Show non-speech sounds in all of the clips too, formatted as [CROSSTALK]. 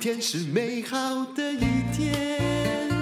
天是美好的一天。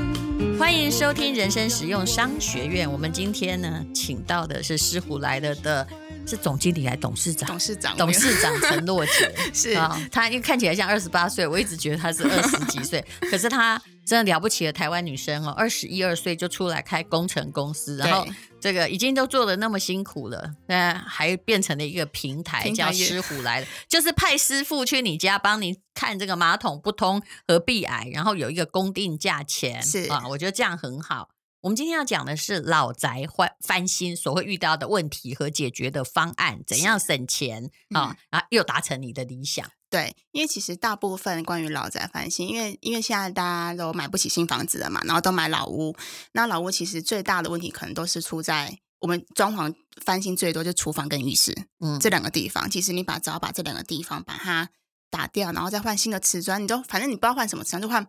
欢迎收听人生实用商学院。我们今天呢，请到的是狮虎来了的，是总经理还是董事长？董事长，董 [LAUGHS] 事长陈洛 [LAUGHS] 杰是啊、她因为看起来像二十八岁，我一直觉得 [LAUGHS] 她是二十几岁，可是她真的了不起的台湾女生哦，二十一二岁就出来开工程公司，然后对这个已经都做的那么辛苦了，那还变成了一个平台平台叫也狮虎来了， [LAUGHS] 就是派师傅去你家帮你看这个马桶不通和壁癌，然后有一个公定价钱是啊，我觉得这样很好。我们今天要讲的是老宅翻翻新所会遇到的问题和解决的方案，怎样省钱嗯啊、然后又达成你的理想。对，因为其实大部分关于老宅翻新，因为因为现在大家都买不起新房子了嘛，然后都买老屋，那老屋其实最大的问题可能都是出在我们装潢翻新最多就是厨房跟浴室嗯，这两个地方，其实你把只要把这两个地方把它打掉，然后再换新的瓷砖，你都反正你不知道换什么瓷砖，就换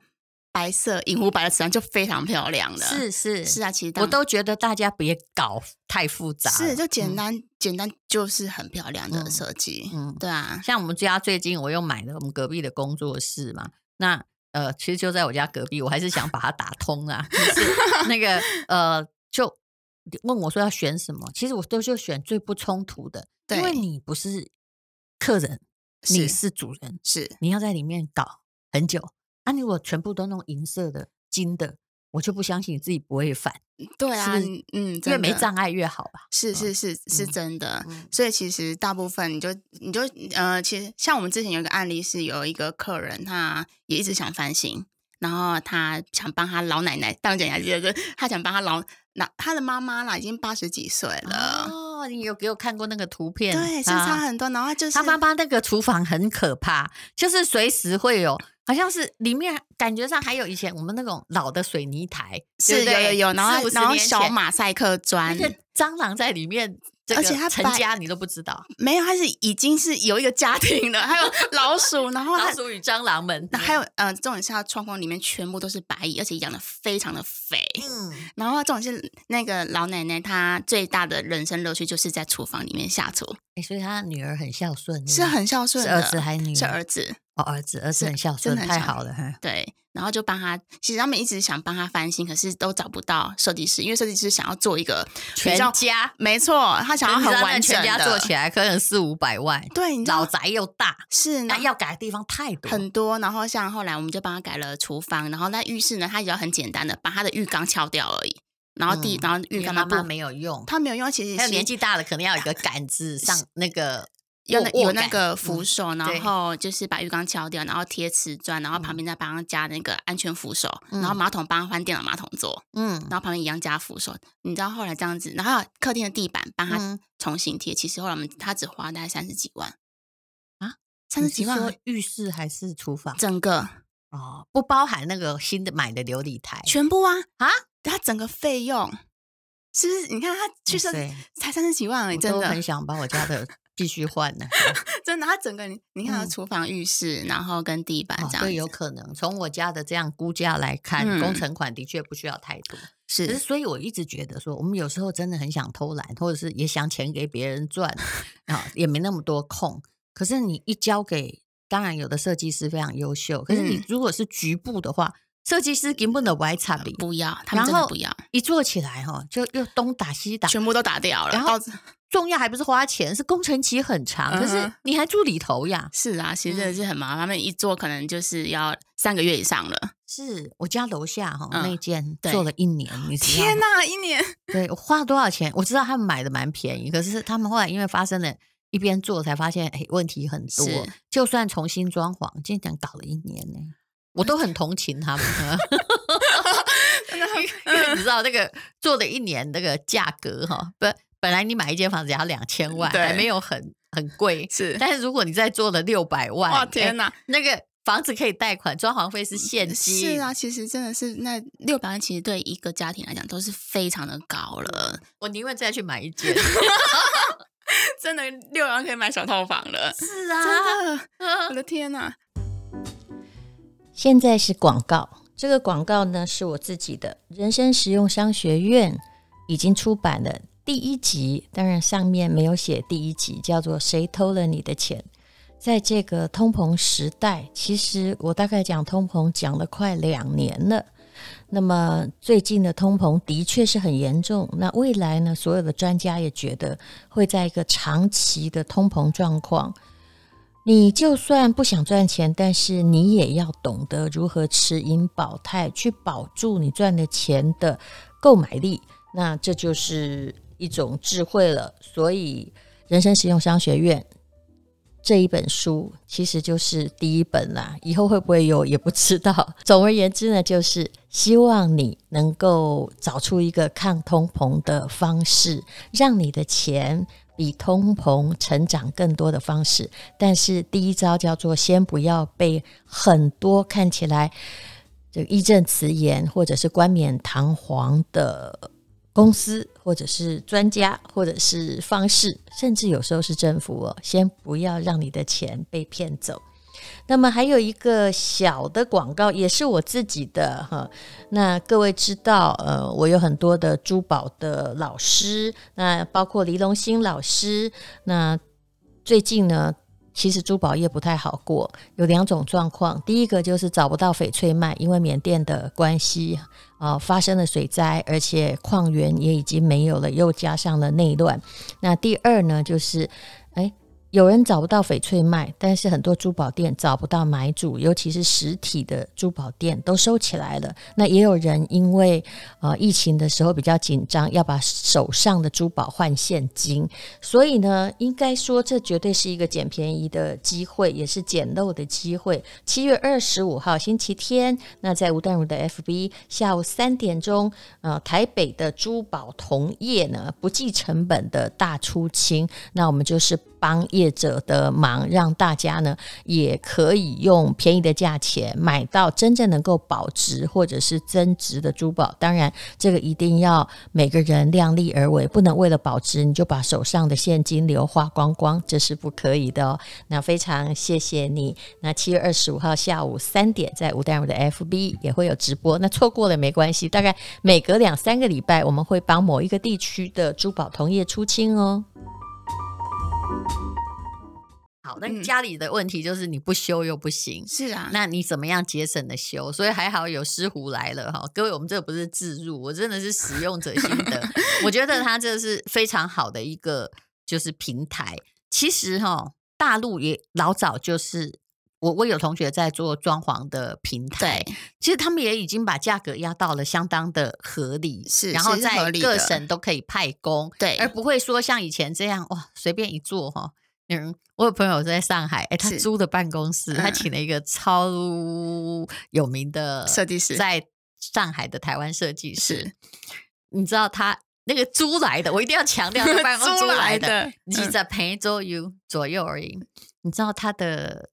白色银湖白的瓷砖就非常漂亮了。是是是，啊，其实我当都觉得大家别搞太复杂了。是就简嗯单、简单就是很漂亮的嗯设计，嗯对啊，像我们家最近我又买了我们隔壁的工作室嘛，那呃，其实就在我家隔壁，我还是想把它打通啊， [LAUGHS] 就是那个呃，就问我说要选什么，其实我都就选最不冲突的，因为对你不是客人，你是是主人，是你要在里面搞很久，啊，你如果全部都弄银色的、金的，我就不相信你自己不会反，对啊，是你嗯，越真没的障碍越好吧？是是是是嗯真的。嗯所以其实大部分你就你就呃，其实像我们之前有一个案例是有一个客人，他也一直想翻新，然后他想帮他老奶奶，当然讲一下这个， [LAUGHS] 他想帮他老那他的妈妈啦，已经八十几岁了，哦，你有给我看过那个图片？对，相差很多。然后他就是他妈妈那个厨房很可怕，就是随时会有，好像是里面感觉上还有以前我们那种老的水泥台，对不是有对有有，然后40然后年小前马赛克那 [LAUGHS] 砖，个蟑螂在里面，这个嗯而且它成白家你都不知道，没有，他是已经是有一个家庭了，还有老鼠，然后老他鼠与蟑螂们，那还有，呃，重点是它窗框里面全部都是白蚁，而且养的非常的肥。嗯，然后重点是那个老奶奶，她最大的人生乐趣就是在厨房里面下厨，诶哎所以他女儿很孝顺，是很孝嗯顺是的。儿子还是女儿？是儿子，哦，儿子，儿子是很孝顺，真的很太孝好了，嘿对。然后就帮他，其实他们一直想帮他翻新，可是都找不到设计师，因为设计师想要做一个全比较，家，没错，他想要你知很道那完整全的家做起来可能四五百万，对，你知老哎道宅又大，是那那要改的地方太多，很多。然后像后来我们就帮他改了厨房，然后那浴室呢，他也要很简单的把他的浴缸敲掉而已，然后地，嗯然后因浴为缸妈的妈布没有用，他没有用，其实还有是年纪大了，可能要有一个杆子上那个有握那握有那杆个嗯扶手，对然后就是把浴缸敲掉，然后贴瓷砖，然后旁边再帮他加那个安全扶手，然后嗯马桶帮他换电脑马桶座，嗯然后旁边一样加扶手。你知道后来这样子，然后还有客厅的地板帮他嗯，重新贴，其实后来我们他只花大概三十几万啊，三你十是几万说啊浴室还是厨房整个哦，不包含那个新的买的琉璃台全部啊啊，他整个费用。是不是？你看他去哇生塞哎才三十几万而已，欸我真都的很想把我家 [LAUGHS] 的必须换了。真的，他整个你你看他嗯厨房、浴室，然后跟地板哦这样对，有子，可能从我家的这样估价来看，工嗯程款的确不需要太多。是可是，所以我一直觉得说，我们有时候真的很想偷懒，或者是也想钱给别人赚，啊，也没那么多空。可是你一交给，当然有的设计师非常优秀，可是你嗯如果是局部的话，设计师根本的歪差比，不要，他们真然的后不要，一做起来哈、就又东打西打，全部都打掉了。然后到重要还不是花钱，是工程期很长，可嗯是哼你还住里头呀。是啊，其实真的是很麻烦，他们一做可能就是要三个月以上 [LAUGHS] 了。是我家楼下哈、嗯那间对做了一年，你知道吗？哪，一年 [LAUGHS] 对，我花了多少钱？我知道他们买的蛮便宜，可是他们后来因为发生了，一边做才发现，哎，问题很多是。就算重新装潢，竟然搞了一年呢、哎我都很同情 [LAUGHS] 他们，因为你知道那个做了一年那个价格哈，本本来你买一间房子要两千万，嗯对还没有很很 [LAUGHS] 贵， [LAUGHS] 是但是如果你再做了六百万，哇哎天哪！嗯那个房子可以贷款，装潢费是现金，是啊，其实真的是那六百万，其实对一个家庭来讲都是非常的高了，我宁愿再去买一间。 [LAUGHS] 真的六百万可以买小套房 [LAUGHS] 了，是真的，我的天哪！现在是广告，这个广告呢是我自己的人生实用商学院已经出版了第一集，当然上面没有写第一集，叫做《谁偷了你的钱》。在这个通膨时代，其实我大概讲通膨讲了快两年了。那么最近的通膨的确是很严重，那未来呢？所有的专家也觉得会在一个长期的通膨状况。你就算不想赚钱，但是你也要懂得如何持盈保泰，去保住你赚的钱的购买力。那这就是一种智慧了。所以，《人生实用商学院》这一本书其实就是第一本啦，以后会不会有也不知道。总而言之呢，就是希望你能够找出一个抗通膨的方式，让你的钱比通膨成长更多的方式。但是第一招叫做先不要被很多看起来这个义正辞严或者是冠冕堂皇的公司，或者是专家，或者是方式，甚至有时候是政府哦，先不要让你的钱被骗走。那么还有一个小的广告，也是我自己的哈。那各位知道，呃，我有很多的珠宝的老师，那包括黎龙兴老师。那最近呢，其实珠宝业不太好过，有两种状况。第一个就是找不到翡翠卖，因为缅甸的关系，啊、发生了水灾，而且矿源也已经没有了，又加上了内乱。那第二呢，就是，哎，有人找不到翡翠卖，但是很多珠宝店找不到买主，尤其是实体的珠宝店都收起来了。那也有人因为呃疫情的时候比较紧张，要把手上的珠宝换现金，所以呢，应该说这绝对是一个捡便宜的机会，也是捡漏的机会。七月二十五号星期天，那在吴淡如的 FB 下午三点钟，呃，台北的珠宝同业呢不计成本的大出清，那我们就是帮业者的忙，让大家呢也可以用便宜的价钱买到真正能够保值或者是增值的珠宝。当然，这个一定要每个人量力而为，不能为了保值你就把手上的现金流花光光，这是不可以的哦。那非常谢谢你。那七月二十五号下午三点，在吴淡如的 FB 也会有直播。那错过了没关系，大概每隔两三个礼拜，我们会帮某一个地区的珠宝同业出清哦。好，那嗯家里的问题就是你不修又不行，是啊，那你怎么样节省的修？所以还好有师傅来了哈，各位，我们这个不是自入，我真的是使用者心 [LAUGHS] 得，我觉得它这是非常好的一个就是平台。其实哈，大陆也老早就是我我有同学在做装潢的平台对，，其实他们也已经把价格压到了相当的合理，是然后其实是合在理各的省都可以派工，对而不会说像以前这样哇，随便一做哈。嗯，我有朋友在上海，哎，他是租的办公室，他嗯请了一个超有名的设计师在上海的台湾设计师是，你知道他那个租来的，我一定要强调，办公 [LAUGHS] 租租来来的，的，你嗯在陪左右左右而已。你知道他的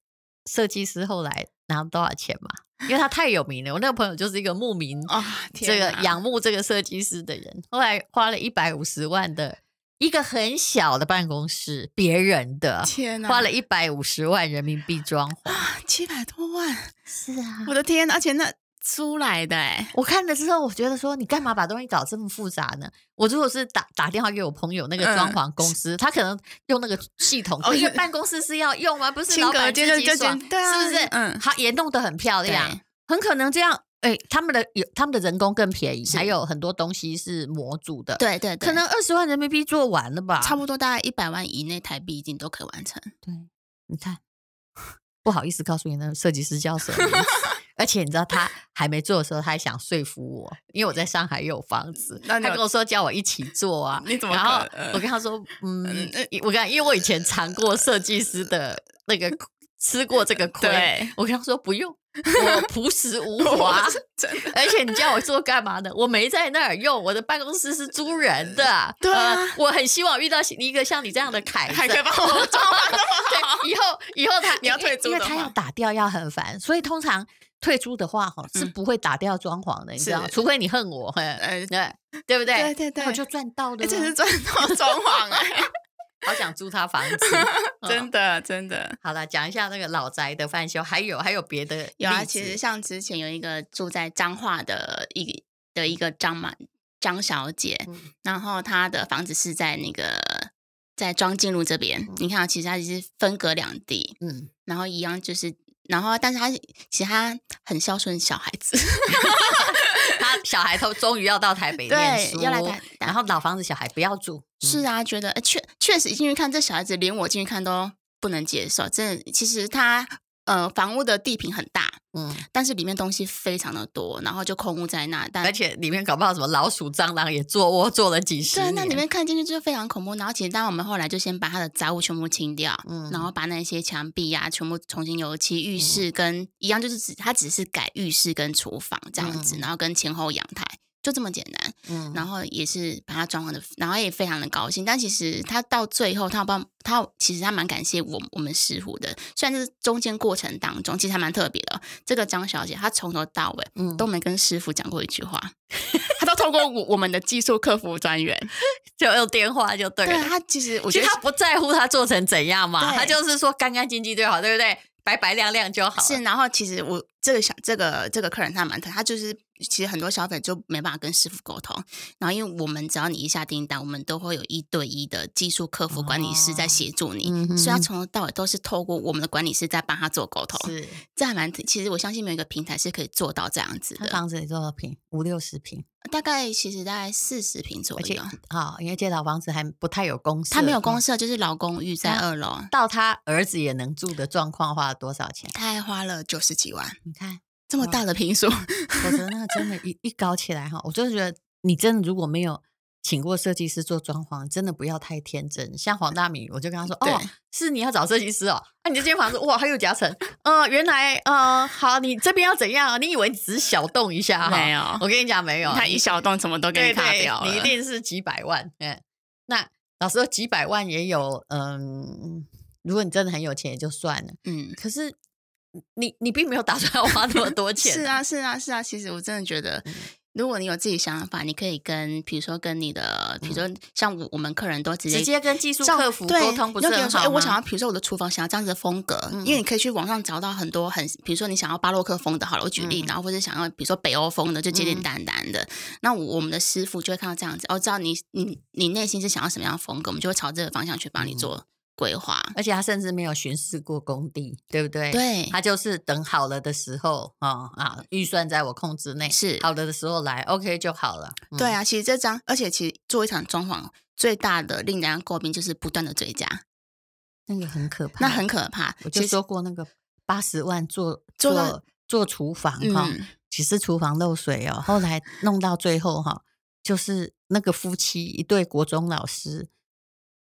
设计师后来拿多少钱吗？因为他太有名了，我那个朋友就是一个慕名啊，天这个哪仰慕这个设计师的人，后来花了一百五十万的一个很小的办公室，别人的。天哪，花了一百五十万人民币装潢，七百多万，是啊我的天哪，而且那租来的哎，我看了之后，我觉得说你干嘛把东西搞这么复杂呢？我如果是打打电话给我朋友那个装嗯潢公司，他可能用那个系统，哦因为是办公室是要用吗？不是清老隔板间自就己就爽，觉得对啊是不是？嗯好，也弄得很漂亮对，很可能这样。哎、他们的有他们的人工更便宜，是还有很多东西是模组的，，对对可能二十万人民币做完了吧？差不多大概一百万以内台币已经都可以完成。对，你看，不好意思告诉你，那个设计师叫什么名 [LAUGHS] 字而且你知道他还没做的时候，他还想说服我，因为我在上海也有房子，那他你跟有我说叫我一起做啊。 [LAUGHS] 你怎么然可后呃我跟他说，嗯嗯呃，我跟他，因为我以前尝过设计师的那个 [LAUGHS] 苦吃过这个亏，对，我跟他说不用，我朴实 [LAUGHS] 无华。真的而且你叫我做干嘛呢？我没在那儿用，我的办公室是租人的。对啊呃我很希望遇到一个像你这样的凯子，还可以帮我装潢的好。对，以后以后他 [LAUGHS] 你要因为退租因为的他话要打掉要很烦，所以通常退租的话哈是嗯不会打掉装潢的，你知道吗，是除非你恨我，嘿呃，对对不对？对对对那我就赚到了 [LAUGHS] 哎，啊。这是赚到装潢哎，，好想租他房子 [LAUGHS] 嗯真的真的。好了，讲一下那个老宅的翻修，还有还有别的有啊，例其子实像之前有一个住在彰化的一个的一个张嘛张小姐，嗯然后她的房子是在那个在庄进入这边，你看啊，其实它是分隔两地，嗯，然后一样就是，然后但是他其实他很孝顺小孩子，他小孩都终于要到 [LAUGHS] 台北念对书，，要来打然后老房子小孩不要住，嗯是啊，觉得呃确确实进去看这小孩子，连我进去看都不能接受。真的，其实他呃房屋的地坪很大，嗯，但是里面东西非常的多，然后就空屋在那，但而且里面搞不好什么老鼠、蟑螂也做窝做了几十对，啊年，那里面看进去就非常恐怖。然后其实，当然我们后来就先把它的杂物全部清掉，嗯然后把那些墙壁啊全部重新油漆，浴室跟、一样，就是只它只是改浴室跟厨房这样子，嗯然后跟前后阳台就这么简单。嗯，然后也是把它装潢的，然后也非常的高兴。但其实他到最后，他有帮他有其实他蛮感谢我我们师傅的，虽然是中间过程当中，其实还蛮特别的哦。这个张小姐她从头到尾嗯都没跟师傅讲过一句话， [LAUGHS] 她都透过我我们的技术客服专员，就用电话就对对了。她其实我其觉实得他不在乎他做成怎样嘛，对他就是说干干净净就好，对不对？白白亮亮就好了。是，然后其实我这个小这个这个客人他蛮特，他就是其实很多消费就没办法跟师傅沟通，然后因为我们只要你一下订单，我们都会有一对一的技术客服管理师在协助你，嗯哼所以他从头到尾都是透过我们的管理师在帮他做沟通，是，这还蛮其实我相信没有一个平台是可以做到这样子他的，房子也多少平？五六十平，大概其实大概四十平左而且右，嗯啊、因为这老房子还不太有公司，他没有公社，就是老公寓在啊二楼，到他儿子也能住的状况花了多少钱？他还花了九十几万，你看，这么哇大的平数，否则那个真的一，一搞起来哈，我就是觉得你真的如果没有请过设计师做装潢，真的不要太天真。像黄大米，我就跟他说：“对哦，是你要找设计师哦，啊，你这间房子哇，还有夹层，呃，原来呃，好，你这边要怎样啊？你以为你只是小动一下哈？没有我跟你讲没有，他你一小栋什么都给对你卡对掉了，你一定是几百万。嗯，那老实说，几百万也有，嗯，如果你真的很有钱也就算了，嗯。可是你你并没有打算要花那么多钱、是，啊，是啊，是啊。其实我真的觉得，嗯如果你有自己想法，你可以跟，比如说跟你的，比如说像我我们客人都直接嗯直接跟技术照客服对沟通不你是就比如很说，好哎，吗？嗯我想要，比如说我的厨房想要这样子的风格，因为你可以去网上找到很多很，比如说你想要巴洛克风的，好了，我举嗯例，然后或者想要比如说北欧风的，就简简单单的。那我我们的师傅就会看到这样子，哦，知道你你你内心是想要什么样的风格，我们就会朝这个方向去帮你嗯做规划。而且他甚至没有巡视过工地，对不对？。对，他就是等好了的时候，哦啊，预算在我控制内，是好了的时候来，OK 就好了。嗯对，啊，其实这张，而且其实做一场装潢最大的令人家诟病就是不断的追加，那个很可怕，那很可怕。嗯我就其实说过那个八十万做做到做做厨房哈、嗯，只是厨房漏水哦，后来弄到最后哈、就是那个夫妻一对国中老师，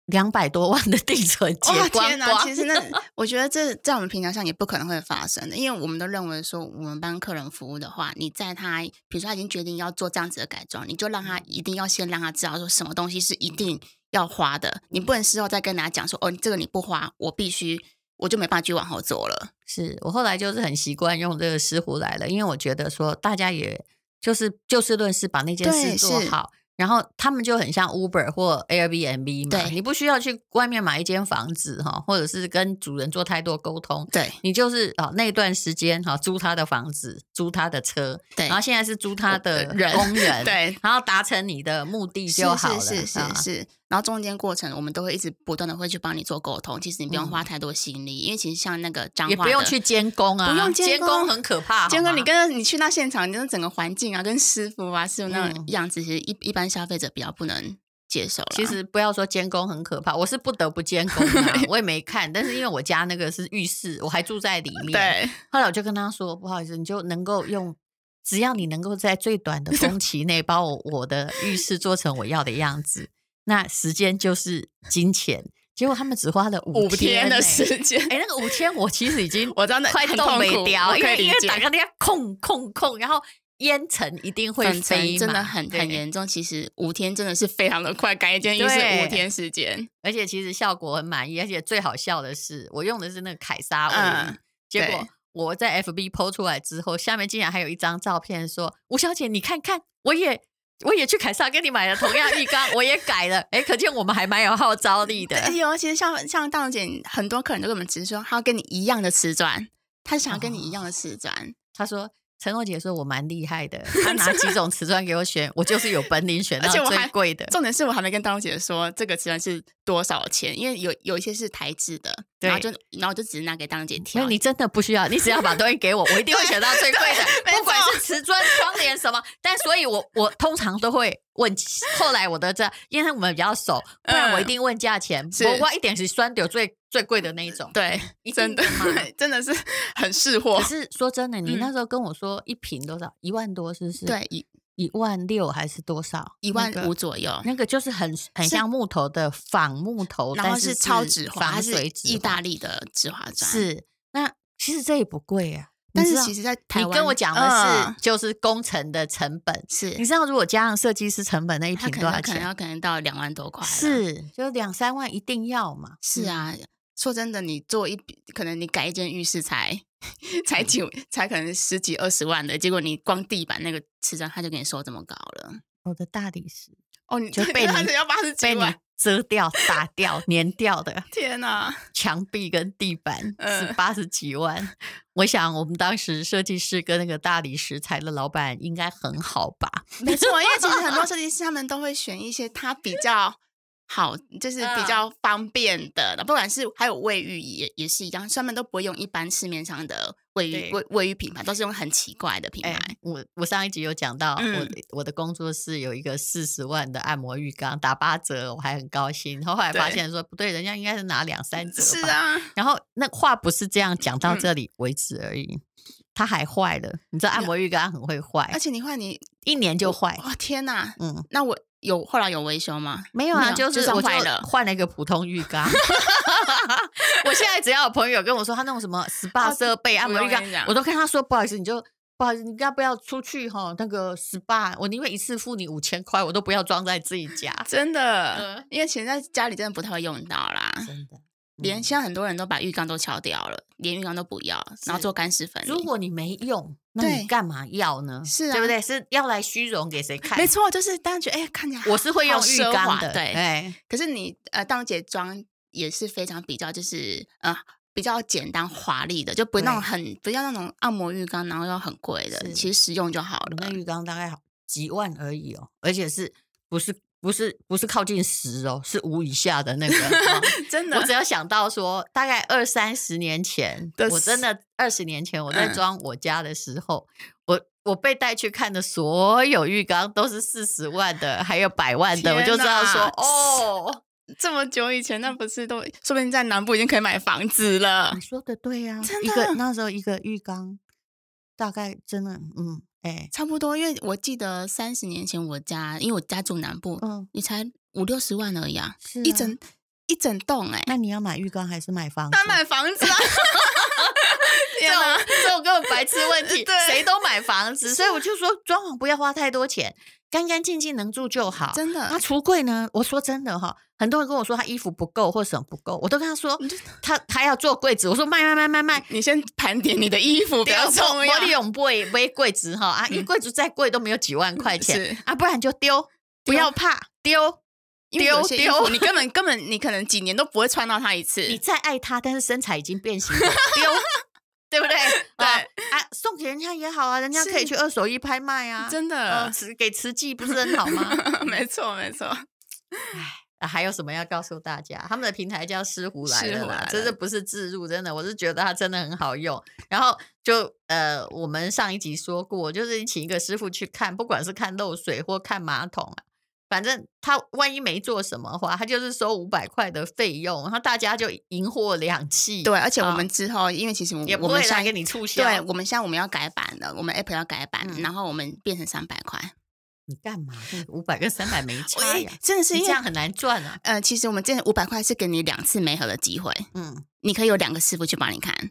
两百多万的定存结 [LAUGHS] 哇光天光，其实 [LAUGHS] 那我觉得这在我们平常上也不可能会发生的，因为我们都认为说，我们帮客人服务的话，你在他比如说他已经决定要做这样子的改装，你就让嗯他一定要先让他知道说什么东西是一定要花的，你嗯不能事后再跟大家讲说，哦，这个你不花，我必须我就没办法去往后做了。是我后来就是很习惯用这个石斛来了，因为我觉得说大家也就是就事论事把那件对事做是好，然后他们就很像 Uber 或 Airbnb 嘛，对你不需要去外面买一间房子哈，或者是跟主人做太多沟通。对你就是啊、那段时间哈、租他的房子，租他的车，对 [LAUGHS] 然后现在是租他的呃人工人， [LAUGHS] 对，然后达成你的目的是就好了。是是啊是是，然后中间过程我们都会一直不断的会去帮你做沟通，其实你不用花太多心力，因为其实像那个彰嗯化也不用的去监工啊，不用监监工很可怕。坚好哥，吗你跟你去到现场，你那整个环境啊，跟师傅啊，师傅那种嗯样子，其实一一般消费者比较不能接受啦其实不要说监工很可怕，我是不得不监工 [LAUGHS] 啊，我也没看，但是因为我家那个是浴室，我还住在里面。，对后来我就跟他说，不好意思，你就能够用。只要你能够在最短 [LAUGHS] 的工期内把我我的浴室做成我要的样子，那时间就是金钱。结果他们只花了五天欸间哎、那个五天我其实已经我知道那快很冻痛没苦掉，我因可以为因理为解打个电话空空空，然后烟尘一定会粉飞尘嘛，真的很很对严重。其实五天真的是非常的快，改一间浴室对五天时间，而且其实效果很满意，而且最好笑的是，我用的是那个凯撒物语，嗯结对果我在 FB 抛出来之后，下面竟然还有一张照片说：“吴小姐，你看看，我也我也去凯撒跟你买了同样浴缸，我也改了。”哎，可见我们还蛮有号召力的。而且尤其是像像大龙姐，很哦多客人都跟我们直说，他要跟你一样的瓷砖，他想要跟你一样的瓷砖，他说：“陈诺姐说我蛮厉害 [LAUGHS] 的，她拿几种瓷砖给我选，我就是有本领选而到且我最还贵的。重点是我还没跟当姐说这个瓷砖是多少钱，因为有有一些是台制的，然后就对然后就只是拿给当姐挑那。你真的不需要，你只要把东西给我，我一定会选到最贵 [LAUGHS] 的，没不管错是瓷砖、窗帘什么。但所以我，我通常都会问，后来我的这，因为我们比较熟，不然嗯我一定问价钱，是不过一点是酸掉最最贵的那一种，对，一定真的嘛真的是很识货可。是说真的，你嗯那时候跟我说一瓶多少，一万多是不是？对，，一一万六还是多少？一万那个五左右，那个就是很很是像木头的仿木头，然后但是超纸花，它防是水纸意大花利的纸花砖。，是。那其实这也不贵啊，你但知是道其实，在台你湾跟我讲的是嗯就是工程的成本，你是，知道如果加上设计师成本那一它瓶可多少能可能钱？要可能到两万多块了。是，就两三万一定要嘛。是啊，说真的，你做一笔，可能你改一间浴室才才几才可能十几二十万的，结果你光地板那个瓷砖，他就给你收这么高了。我的大理石哦，你 [LAUGHS] 就被他你只要八十几被你万，遮掉、打掉、粘掉的天哪！墙壁跟地板是嗯八十几万。我想我们当时设计师跟那个大理石材的老板应该很好吧？没错，因为其实很多设计师他们都会选一些他比较好，就是比嗯较方便的，不管是还有卫浴也也是一样，他们都不会用一般市面上的卫对浴卫卫浴品牌，都是用很奇怪的品牌。哎，我我上一集有讲到，我嗯的我的工作室有一个四十万的按摩浴缸，打八折，我还很高兴。然后后来发对现说不对，人家应该是拿两三折。是。啊，然后那话不是这样讲到嗯这里为止而已，它还坏了。你知道按摩浴缸很会坏而，且你换你一年就坏。哇天哪！嗯，那我有后来有维修吗？没有啊，没有就就是算我就坏了换了一个普通浴缸。 [LAUGHS] [LAUGHS] 我现在只要有朋友跟我说他那种什么 SPA 哦设备、按不摩浴用缸跟你讲，我都跟他说不好意思，你就不好意思，你要不要出去哈？那个 SPA，我宁愿一次付你五千块，我都不要装在自己 [LAUGHS] 家。真的，嗯因为其实在家里真的不太会用到啦。真的，连现在很多人都把浴缸都敲掉了，连浴缸都不要，然后是做干湿分离。如果你没用，那对你干嘛要呢？是啊对不对？是要来虚荣给谁看？没错，就是大家觉得哎、看起来我是会用好浴奢缸华的，对哎可是你呃，当姐妆也是非常比较，就是呃比较简单华丽的，就不那种对很不要那种按摩浴缸，然后又很贵的，是其实实用就好我们那了。浴缸大概好几万而已哦，而且是不是不是不是靠近十哦，是五以下的那 [LAUGHS] 个。哦 [LAUGHS] 真我只要想到说，大概二三十年前 [LAUGHS] 的，我真的二十年前我在嗯装我家的时候，我我被带去看的所有浴缸都是四十万的，还有百万的，我就知道说，天哪哦，这么久以前，那不是都说不定在南部已经可以买房子了你，说的 [LAUGHS] 对呀、真一的个那时候一个浴缸大概真的，嗯，哎、差不多。因为我记得三十年前我家，因为我家住南部，嗯，你才五六十万而已哦啊，是一啊整一整栋哎、欸，那你要买浴缸还是买房子？当然买房 [LAUGHS] 子啊！天哪！这种根本白痴 [LAUGHS] 问题，对谁都买房子，所以我就说装潢不要花太多钱，干干净净能住就好。真的那橱柜呢？我说真的哈，很多人跟我说他衣服不够或什么不够，我都跟他说你就他他要做柜子，我说卖卖卖卖卖。你先盘点你的衣服，不要我冲我利用柜背柜子哈啊，一柜子再贵都没有几万块钱嗯是啊，不然就丢，不丢要怕丢。因为有丢些衣丢服你根本根本你可能几年都不会穿到它一次。你再爱他，但是身材已经变形了， [LAUGHS] 丢，对不对？啊啊，送给人家也好啊，人家可以是去二手衣拍卖啊，真呃，的，慈给慈济不是很好吗？ [LAUGHS] 没错没错，啊还有什么要告诉大家？他们的平台叫狮虎来狮了虎来啦了，真的不是自入，真的，我是觉得它真的很好用。然后就呃，我们上一集说过，就是你请一个师傅去看，不管是看漏水或看马桶啊，反正他万一没做什么的话，他就是收五百块的费用，然后大家就赢货两气。对，而且我啊们之后，因为其实我也不我们会现来在给你促销。对，我们现在我们要改版了，我们 app 要改版，嗯然后我们变成三百块。哎你干嘛？五百跟三百没差喂呀，真的是你因这为样很难赚啊。呃，其实我们这五百块是给你两次美合的机会，嗯，你可以有两个师傅去帮你看，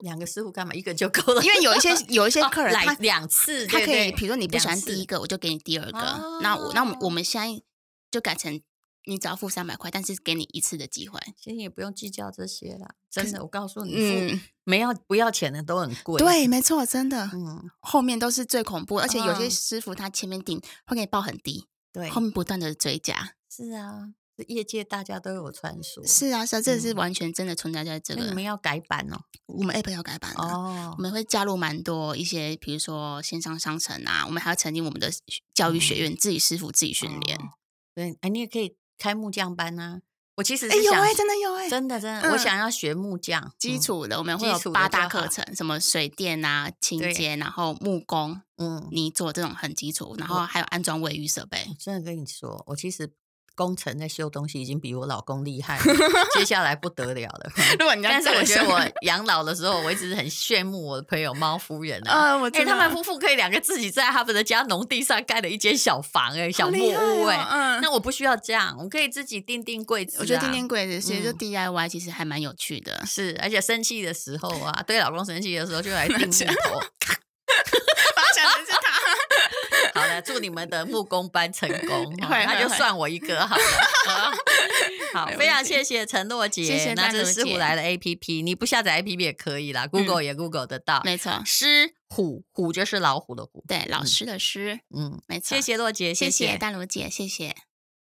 两个师傅干嘛？一个就够了，因为有 [LAUGHS] 一 [LAUGHS] 些有一些哦客人来他两次，他可以，对比如说你不喜欢两次第一个，我就给你第二哦个。那我那我们我们现在就改成你只要付三百块，但是给你一次的机会。其实也不用计较这些啦。真的，我告诉你，付嗯，没要不要钱的都很贵。，对，没错，真的。嗯，后面都是最恐怖，而且有些嗯师傅他前面定会给你报很低，对后，面不断的追加，是啊，业界大家都有传说，是啊，是啊，这是完全真的存在在这那个。你们要改版哦。我们 app 要改版啊哦我，们会加入蛮多一些，比如说线上商城啊，我们还要成立我们的教育学院，自己师傅自己训练。嗯哦对，哎，你也可以开木匠班啊。我其实哎、是有想哎、真的有哎、真的真的，嗯我想要学木匠基，础的，我们会嗯基有础的八就大好课程，什么水电啊、清对洁，然后木工、嗯嗯泥做这种很基础，然后还有安装卫浴设备我。真的跟你说，我其实工程在修东西已经比我老公厉 [LAUGHS] 害了，接下来不得了了。如果你要但是个我觉得人 [LAUGHS] 我养老的时候，我一直很羡慕我的朋友猫夫人啊。呃，我哎、知他道们夫妇可以两个自己在他们的家农地上盖了一间小房、哎，小好木厉害屋、哎、 [LAUGHS] 哦嗯，那我不需要这样，我可以自己定定柜子、啊。我觉得钉钉柜子，所以就嗯 DIY 其实还蛮有趣的。是，而且生气的时候啊，对老公生气的时候就来定木头。把它想成是他，，好了，祝你们的木工班成功 [LAUGHS] 哦会那就会会算我一个好 [LAUGHS] 了。好，没非常问题谢谢陈诺姐，谢谢那淡这如是狮虎姐嗯来了 A P P，你不下载 A P P 也可以啦，Google 也 Google 得到。没错，狮虎虎就是老虎的虎，对，老嗯师的师，嗯，没错，谢，谢洛姐，谢谢谢淡如姐，谢谢。